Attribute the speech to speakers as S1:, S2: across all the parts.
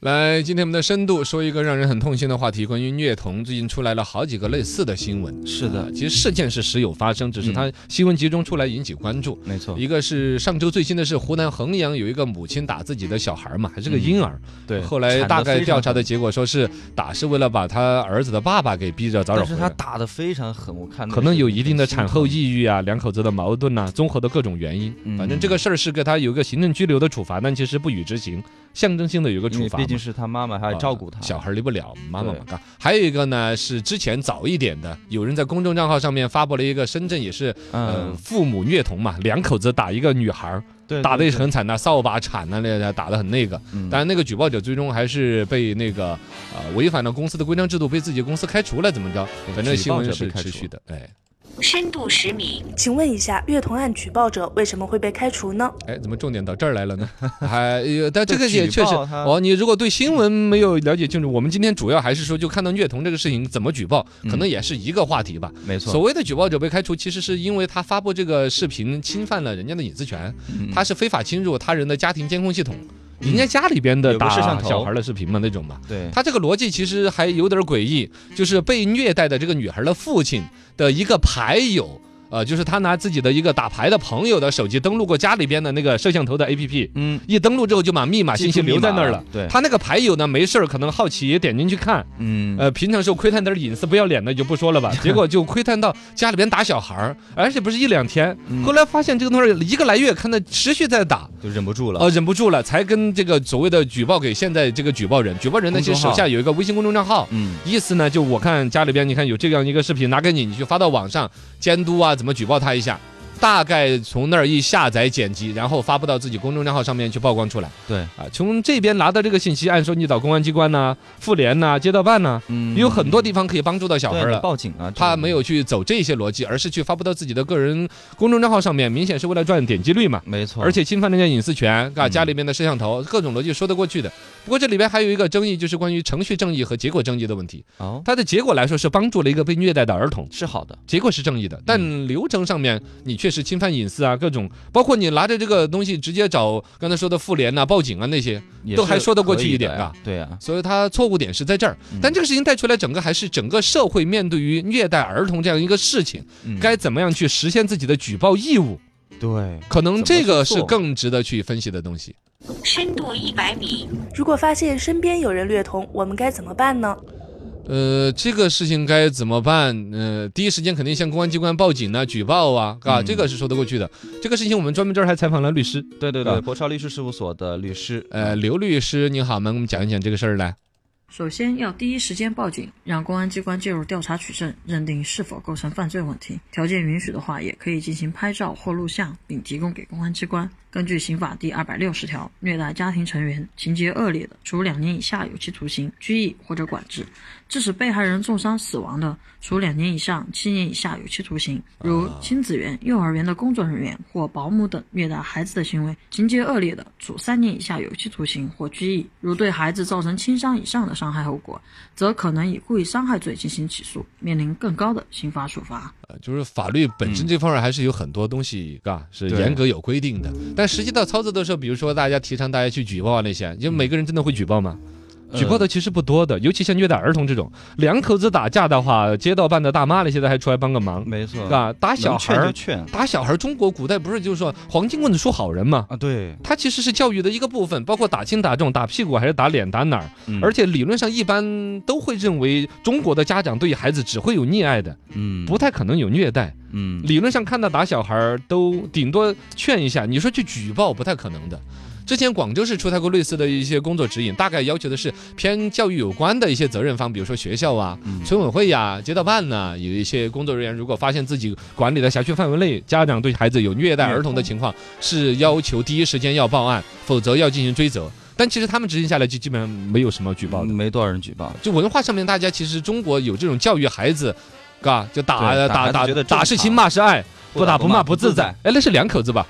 S1: 来，今天我们的深度说一个让人很痛心的话题，关于虐童，最近出来了好几个类似的新闻。
S2: 是的
S1: 啊，其实事件是时有发生，只是
S2: 嗯
S1: 它新闻集中出来引起关注。
S2: 没错，
S1: 一个是上周最新的是湖南衡阳有一个母亲打自己的小孩嘛，还是个婴儿。
S2: 嗯对
S1: 后来大概调查，的结果说是打是为了把他儿子的爸爸给逼着早
S2: 但
S1: 点
S2: 是
S1: 回
S2: 他
S1: 来。
S2: 打的非常狠，我看那个
S1: 可能
S2: 视频
S1: 有一定的产后
S2: 很心
S1: 抑郁啊，两口子的矛盾呐、综合的各种原因。
S2: 嗯
S1: 反正这个事儿是给他有一个行政拘留的处罚，但其实不予执行，象征性的有一个
S2: 疼，因
S1: 处罚
S2: 为
S1: 嘛。
S2: 毕竟是他妈妈，还要照顾他。
S1: 呃小孩儿离不了妈妈嘛
S2: 对。
S1: 嘎还有一个呢，是之前早一点的，有人在公众账号上面发布了一个深圳也是，呃，
S2: 嗯，
S1: 父母虐童嘛，两口子打一个女孩儿，
S2: 对，
S1: 打的
S2: 对
S1: 很惨呐，扫把铲呐，那打的很那个。
S2: 嗯
S1: 当然，那个举报者最终还是被那个呃违反了公司的规章制度，被自己公司开除了，怎么着？反正新闻是持续的，哎
S3: 深度十米，
S4: 请问一下，虐童案举报者为什么会被开除呢？
S1: 哎，怎么重点到这儿来了呢？ 还呃但这个也
S2: 举
S1: 确实
S2: 报他
S1: 哦，你如果对新闻没有了解清楚，我们今天主要还是说就看到虐童这个事情怎么举报，可能也是一个话题吧。
S2: 嗯没错，
S1: 所谓的举报者被开除，其实是因为他发布这个视频侵犯了人家的隐私权，
S2: 嗯
S1: 他是非法侵入他人的家庭监控系统，人家家里边的
S2: 有个
S1: 打
S2: 摄像头
S1: 小孩的视频嘛那种嘛。
S2: 对
S1: 他这个逻辑其实还有点诡异，就是被虐待的这个女孩的父亲的一个牌友，呃，就是他拿自己的一个打牌的朋友的手机登录过家里边的那个摄像头的 APP，
S2: 嗯
S1: 一登录之后就把密码信息留在那儿了
S2: 记住密码了对。
S1: 他那个牌友呢，没事儿可能好奇也点进去看，
S2: 嗯
S1: 呃，平常时候窥探点儿隐私不要脸的就不说了吧，结果就窥探到家里边打小孩儿，而且不是一两天，
S2: 嗯
S1: 后来发现这个东西儿一个来月，看到持续在打，
S2: 就忍不住了。
S1: 呃，忍不住了，才跟这个所谓的举报给现在这个举报人，举报人呢
S2: 公
S1: 其
S2: 众
S1: 实手下有一个微信公众账号。
S2: 嗯，
S1: 意思呢，就我看家里边，你看有这样一个视频，拿给你，你去发到网上监督啊，怎么举报他一下，大概从那儿一下载剪辑，然后发布到自己公众账号上面去曝光出来。
S2: 对，
S1: 啊，从这边拿到这个信息，按说你找公安机关呐、妇联呐、街道办呐、
S2: 嗯
S1: 有很多地方可以帮助到小孩
S2: 对
S1: 了。
S2: 报警啊，
S1: 他没有，去走这些逻辑，而是去发布到自己的个人公众账号上面，明显是为了赚点击率嘛。
S2: 没错，
S1: 而且侵犯人家隐私权，啊，
S2: 嗯
S1: 家里面的摄像头，各种逻辑说得过去的。不过这里边还有一个争议，就是关于程序正义和结果正义的问题。
S2: 哦
S1: 它的结果来说是帮助了一个被虐待的儿童，
S2: 是好的，
S1: 结果是正
S2: 嗯
S1: 义的，但流程上面你确实侵犯隐私啊，各种，包括你拿着这个东西直接找刚才说的妇联呐、报警啊那些，
S2: 也
S1: 都
S2: 是
S1: 还说得过
S2: 可
S1: 去
S2: 以
S1: 一点
S2: 的
S1: 吧
S2: 呀。对啊，
S1: 所以它错误点是在这儿，
S2: 嗯
S1: 但这个事情带出来，整个还是整个社会面对于虐待儿童这样一个事情，
S2: 嗯
S1: 该怎么样去实现自己的举报义务，
S2: 对，
S1: 可能这个
S2: 怎
S1: 是
S2: 么去做
S1: 更值得去分析的东西。
S3: 深度一百米，
S4: 如果发现身边有人虐童，我们该怎么办呢？
S1: 呃，这个事情该怎么办？呃，第一时间肯定向公安机关报警呐、举报啊，啊，
S2: 嗯
S1: 这个是说得过去的。这个事情我们专门这儿还采访了律师，
S2: 对对
S1: 啊
S2: 对，博超律师事务所的律师，
S1: 呃，刘律师您好吗？给我们讲一讲这个事儿来。
S5: 首先要第一时间报警，让公安机关介入调查取证，认定是否构成犯罪问题。条件允许的话，也可以进行拍照或录像，并提供给公安机关。根据刑法第二百六十条，虐待家庭成员，情节恶劣的，处两年以下有期徒刑、拘役或者管制；致使被害人重伤死亡的，处两年以上七年以下有期徒刑。如亲子园、幼儿园的工作人员或保姆等虐待孩子的行为，情节恶劣的，处三年以下有期徒刑或拘役；如对孩子造成轻伤以上的伤害后果，则可能以故意伤害罪进行起诉，面临更高的刑罚处罚。
S1: 呃就是法律本身这方面还是有很多东西，嘎、是
S2: 嗯对
S1: 严格有规定的。但实际到操作的时候，比如说大家提倡大家去举报啊那些，就每个人真的会举报吗？举
S2: 呃
S1: 报的其实不多的，尤其像虐待儿童这种，两口子打架的话，街道办的大妈那些的还出来帮个忙，
S2: 没错，
S1: 啊，打小
S2: 嗯能
S1: 孩
S2: 劝就
S1: 儿，
S2: 劝
S1: 打小孩儿，中国古代不是就是说黄金棍子出好人嘛？
S2: 啊，对，
S1: 它其实是教育的一个部分，包括打轻打重，打屁股还是打脸，打哪儿？
S2: 嗯
S1: 而且理论上一般都会认为，中国的家长对孩子只会有溺爱的，
S2: 嗯
S1: 不太可能有虐待。
S2: 嗯
S1: 理论上看到打小孩儿都顶多劝一下，你说去举报不太可能的。之前广州市出台过类似的一些工作指引，大概要求的是偏教育有关的一些责任方，比如说学校啊、
S2: 嗯
S1: 村委会呀、街道办呐、有一些工作人员如果发现自己管理的辖区范围内家长对孩子有虐待儿童的情况，是要求第一时间要报案，否则要进行追责。但其实他们执行下来就基本上没有什么举报的。
S2: 没多少人 举报，
S1: 就文化上面，大家其实中国有这种教育孩子，嘎，就打
S2: 对打
S1: 打
S2: 孩子
S1: 打
S2: 觉得正
S1: 打是情，骂是爱。不打不骂不自在。。哎，那是两口子吧？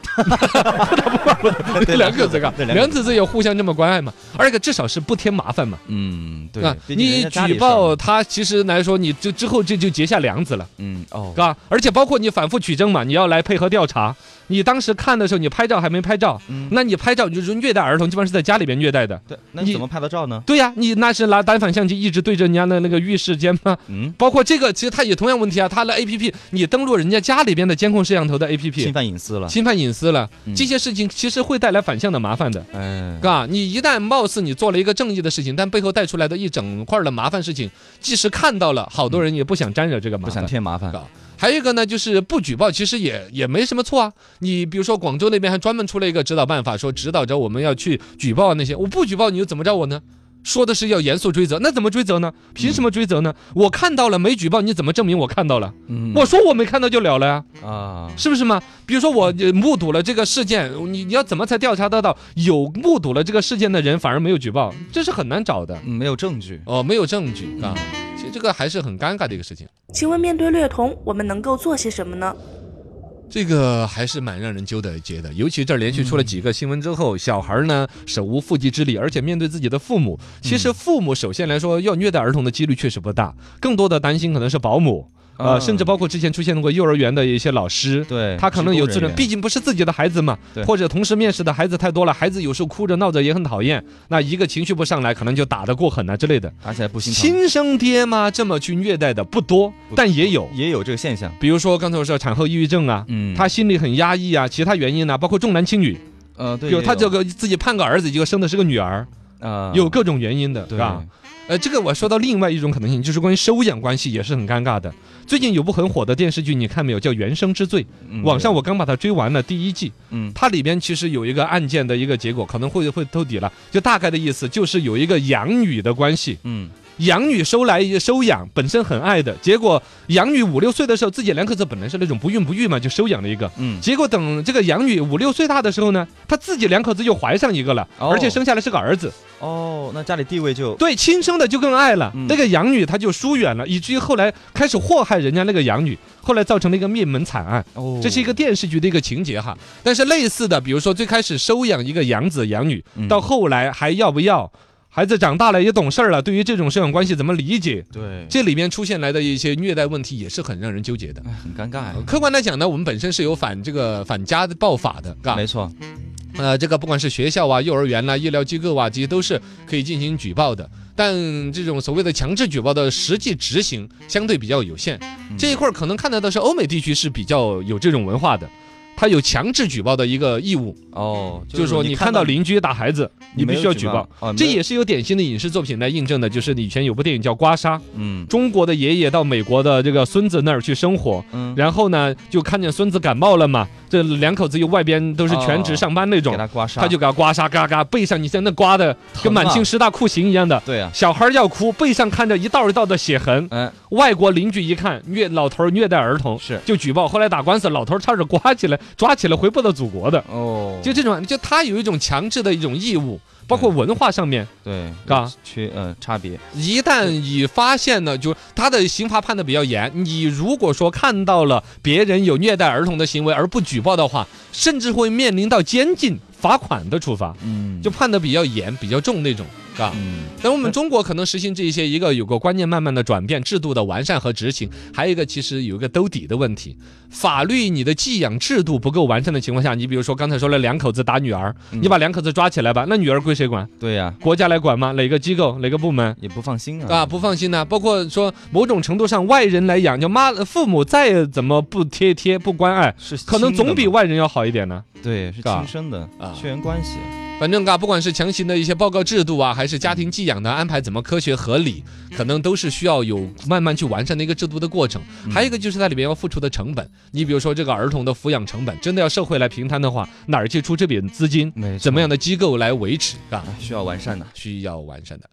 S1: 不打不骂不
S2: 对
S1: 两口子嘎，
S2: 对两口子
S1: 两口子也互相这么关爱嘛。二个至少是不添麻烦嘛。
S2: 嗯，对
S1: 啊，
S2: 毕竟人
S1: 你
S2: 家家
S1: 举
S2: 里事
S1: 报
S2: 儿，
S1: 他，其实来说，你这之后这就结下梁子了，
S2: 嗯，哦，
S1: 嘎。而且包括你反复取证嘛，你要来配合调查。你当时看的时候，你拍照还没拍照，
S2: 嗯
S1: 那你拍照你就是虐待儿童，基本上是在家里边虐待的。
S2: 对，那你
S1: 你
S2: 怎么拍的照呢？
S1: 对呀、你那是拿单反相机一直对着人家的那个浴室间吗？
S2: 嗯，
S1: 包括这个，其实它也同样问题啊。它的 A P P，你登录人家家里边的监控摄像头的 A P
S2: 侵
S1: P，
S2: 犯隐私了。
S1: 侵犯隐私了
S2: 嗯，
S1: 这些事情其实会带来反向的麻烦的。
S2: 哎，
S1: 啊，你一旦貌似你做了一个正义的事情，但背后带出来的一整块儿的麻烦事情，即使看到了，好多人也不想沾惹这个麻
S2: 嗯不
S1: 烦
S2: 想。添麻烦。
S1: 啊还有一个呢，就是不举报，其实也也没什么错啊。你比如说广州那边还专门出了一个指导办法，说指导着我们要去举报那些，我不举报你又怎么着我呢？说的是要严肃追责，那怎么追责呢？凭什么追责呢？我看到了没举报，你怎么证明我看到了？
S2: 嗯
S1: 我说我没看到就了了呀，
S2: 啊，
S1: 是不是嘛？比如说我呃目睹了这个事件，你你要怎么才调查得到有目睹了这个事件的人反而没有举报？这是很难找的
S2: 嗯没有证据。
S1: 哦，没有证据啊。其实这个还是很尴尬的一个事情。
S4: 请问面对虐童，我们能够做些什么呢？
S1: 这个还是蛮让人揪的结的，尤其这儿连续出了
S2: 嗯
S1: 几个新闻之后，小孩儿呢手无缚鸡之力，而且面对自己的父母，
S2: 嗯
S1: 其实父母首先来说要虐待儿童的几率确实不大，更多的担心可能是保姆，
S2: 啊
S1: 呃，甚至包括之前出现过幼儿园的一些老师。
S2: 对，
S1: 他可能有自
S2: 职
S1: 认，
S2: 工人员
S1: 毕竟不是自己的孩子嘛
S2: 对，
S1: 或者同时面试的孩子太多了，孩子有时候哭着闹着也很讨厌，那一个情绪不上来，可能就打得过狠啊之类的。
S2: 而且还不心疼，
S1: 亲生爹妈这么去虐待的不多，但也有，
S2: 也有这个现象。
S1: 比如说刚才我说产后抑郁症啊，
S2: 嗯
S1: 他心里很压抑啊，其他原因呢、包括重男轻女，
S2: 呃，对，
S1: 有呃
S2: 也
S1: 他这个自己盼个儿子，结果生的是个女儿，
S2: 啊，
S1: 有各种原因的，是
S2: 对
S1: 吧？呃，这个我说到另外一种可能性，就是关于收养关系也是很尴尬的。最近有部很火的电视剧，你看没有？叫《原生之罪》，
S2: 嗯
S1: 网上我刚把它追完了第一季，
S2: 嗯
S1: 它里边其实有一个案件的一个结果，可能会会透底了，就大概的意思就是有一个养女的关系，
S2: 嗯
S1: 养女收来收养，本身很爱的，结果养女五六岁的时候，自己两口子本来是那种不孕不育嘛，就收养了一个。
S2: 嗯，
S1: 结果等这个养女五六岁大的时候呢，她自己两口子又怀上一个了，
S2: 哦
S1: 而且生下来是个儿子，
S2: 哦，那家里地位就
S1: 对亲生的就更爱了。
S2: 嗯
S1: 那个养女她就疏远了，以至于后来开始祸害人家那个养女，后来造成了一个灭门惨案。
S2: 哦，
S1: 这是一个电视剧的一个情节哈。但是类似的，比如说最开始收养一个养子养女，
S2: 嗯
S1: 到后来还要不要？孩子长大了也懂事儿了，对于这种收养关系怎么理解？
S2: 对，
S1: 这里面出现来的一些虐待问题也是很让人纠结的。
S2: 哎很尴尬
S1: 呃
S2: 呀，
S1: 客观来讲呢，我们本身是有反这个反家暴法的，嘎
S2: 没，错，
S1: 呃，这个不管是学校啊、幼儿园呐、医疗机构啊，这些都是可以进行举报的。但这种所谓的强制举报的实际执行相对比较有限，这一块儿可能看得到的是欧美地区是比较有这种文化的。它有强制举报的一个义务，
S2: 哦，
S1: 就是说你看到邻居打孩子，你必须要举报。，
S2: 没有哦
S1: 这
S2: 没有
S1: 也是有典型的影视作品来印证的，就是以前有部电影叫《刮痧》，
S2: 嗯
S1: 中国的爷爷到美国的这个孙子那儿去生活，
S2: 嗯，
S1: 然后呢，就看见孙子感冒了嘛，这两口子又外边都是全职上班那种，
S2: 给他刮痧，
S1: 哦他就给他刮痧，嘎嘎，背上你像那刮的
S2: 啊
S1: 跟满清十大酷刑一样的。
S2: 对啊，
S1: 小孩要哭，背上看着一道一道的血痕。
S2: 哎，
S1: 外国邻居一看虐老头儿虐待儿童，
S2: 是
S1: 就举报，后来打官司，老头儿差点刮起来，抓起来回不到祖国的。
S2: 哦，
S1: 就这种，就他有一种强制的一种义务，包
S2: 嗯
S1: 括文化上面，
S2: 对，
S1: 嘎
S2: 缺呃差别，
S1: 一旦已发现呢，就是他的刑罚判的比较严。你如果说看到了别人有虐待儿童的行为而不举报的话，甚至会面临到监禁、罚款的处罚，
S2: 嗯
S1: 就判的比较严、比较重那种，啊。
S2: 嗯
S1: 但我们中国可能实行这一些，一个有个观念慢慢的转变，制度的完善和执行，还有一个其实有一个兜底的问题，法律你的寄养制度不够完善的情况下，你比如说刚才说了两口子打女儿，
S2: 嗯
S1: 你把两口子抓起来吧，那女儿归谁管？
S2: 对呀，
S1: 国家来管吗？哪个机构？哪个部门？
S2: 也不放心啊，
S1: 啊，不放心呐、包括说某种程度上外人来养，就妈父母再怎么不贴贴不关爱，
S2: 是
S1: 可能
S2: 亲的
S1: 总比
S2: 嘛
S1: 外人要好一点呢、
S2: 对是
S1: 嘎
S2: 亲生的
S1: 啊
S2: 血缘关系，
S1: 反正啊嘎，不管是强行的一些报告制度啊，还是家庭寄养的安排，怎么科学合理，可能都是需要有慢慢去完善的一个制度的过程。
S2: 嗯
S1: 还有一个就是在里面要付出的成本，你比如说这个儿童的抚养成本，真的要社会来平摊的话，哪儿去出这笔资金？
S2: 没错
S1: 怎么样的机构来维持啊？
S2: 需要完善的。
S1: 需要完善的。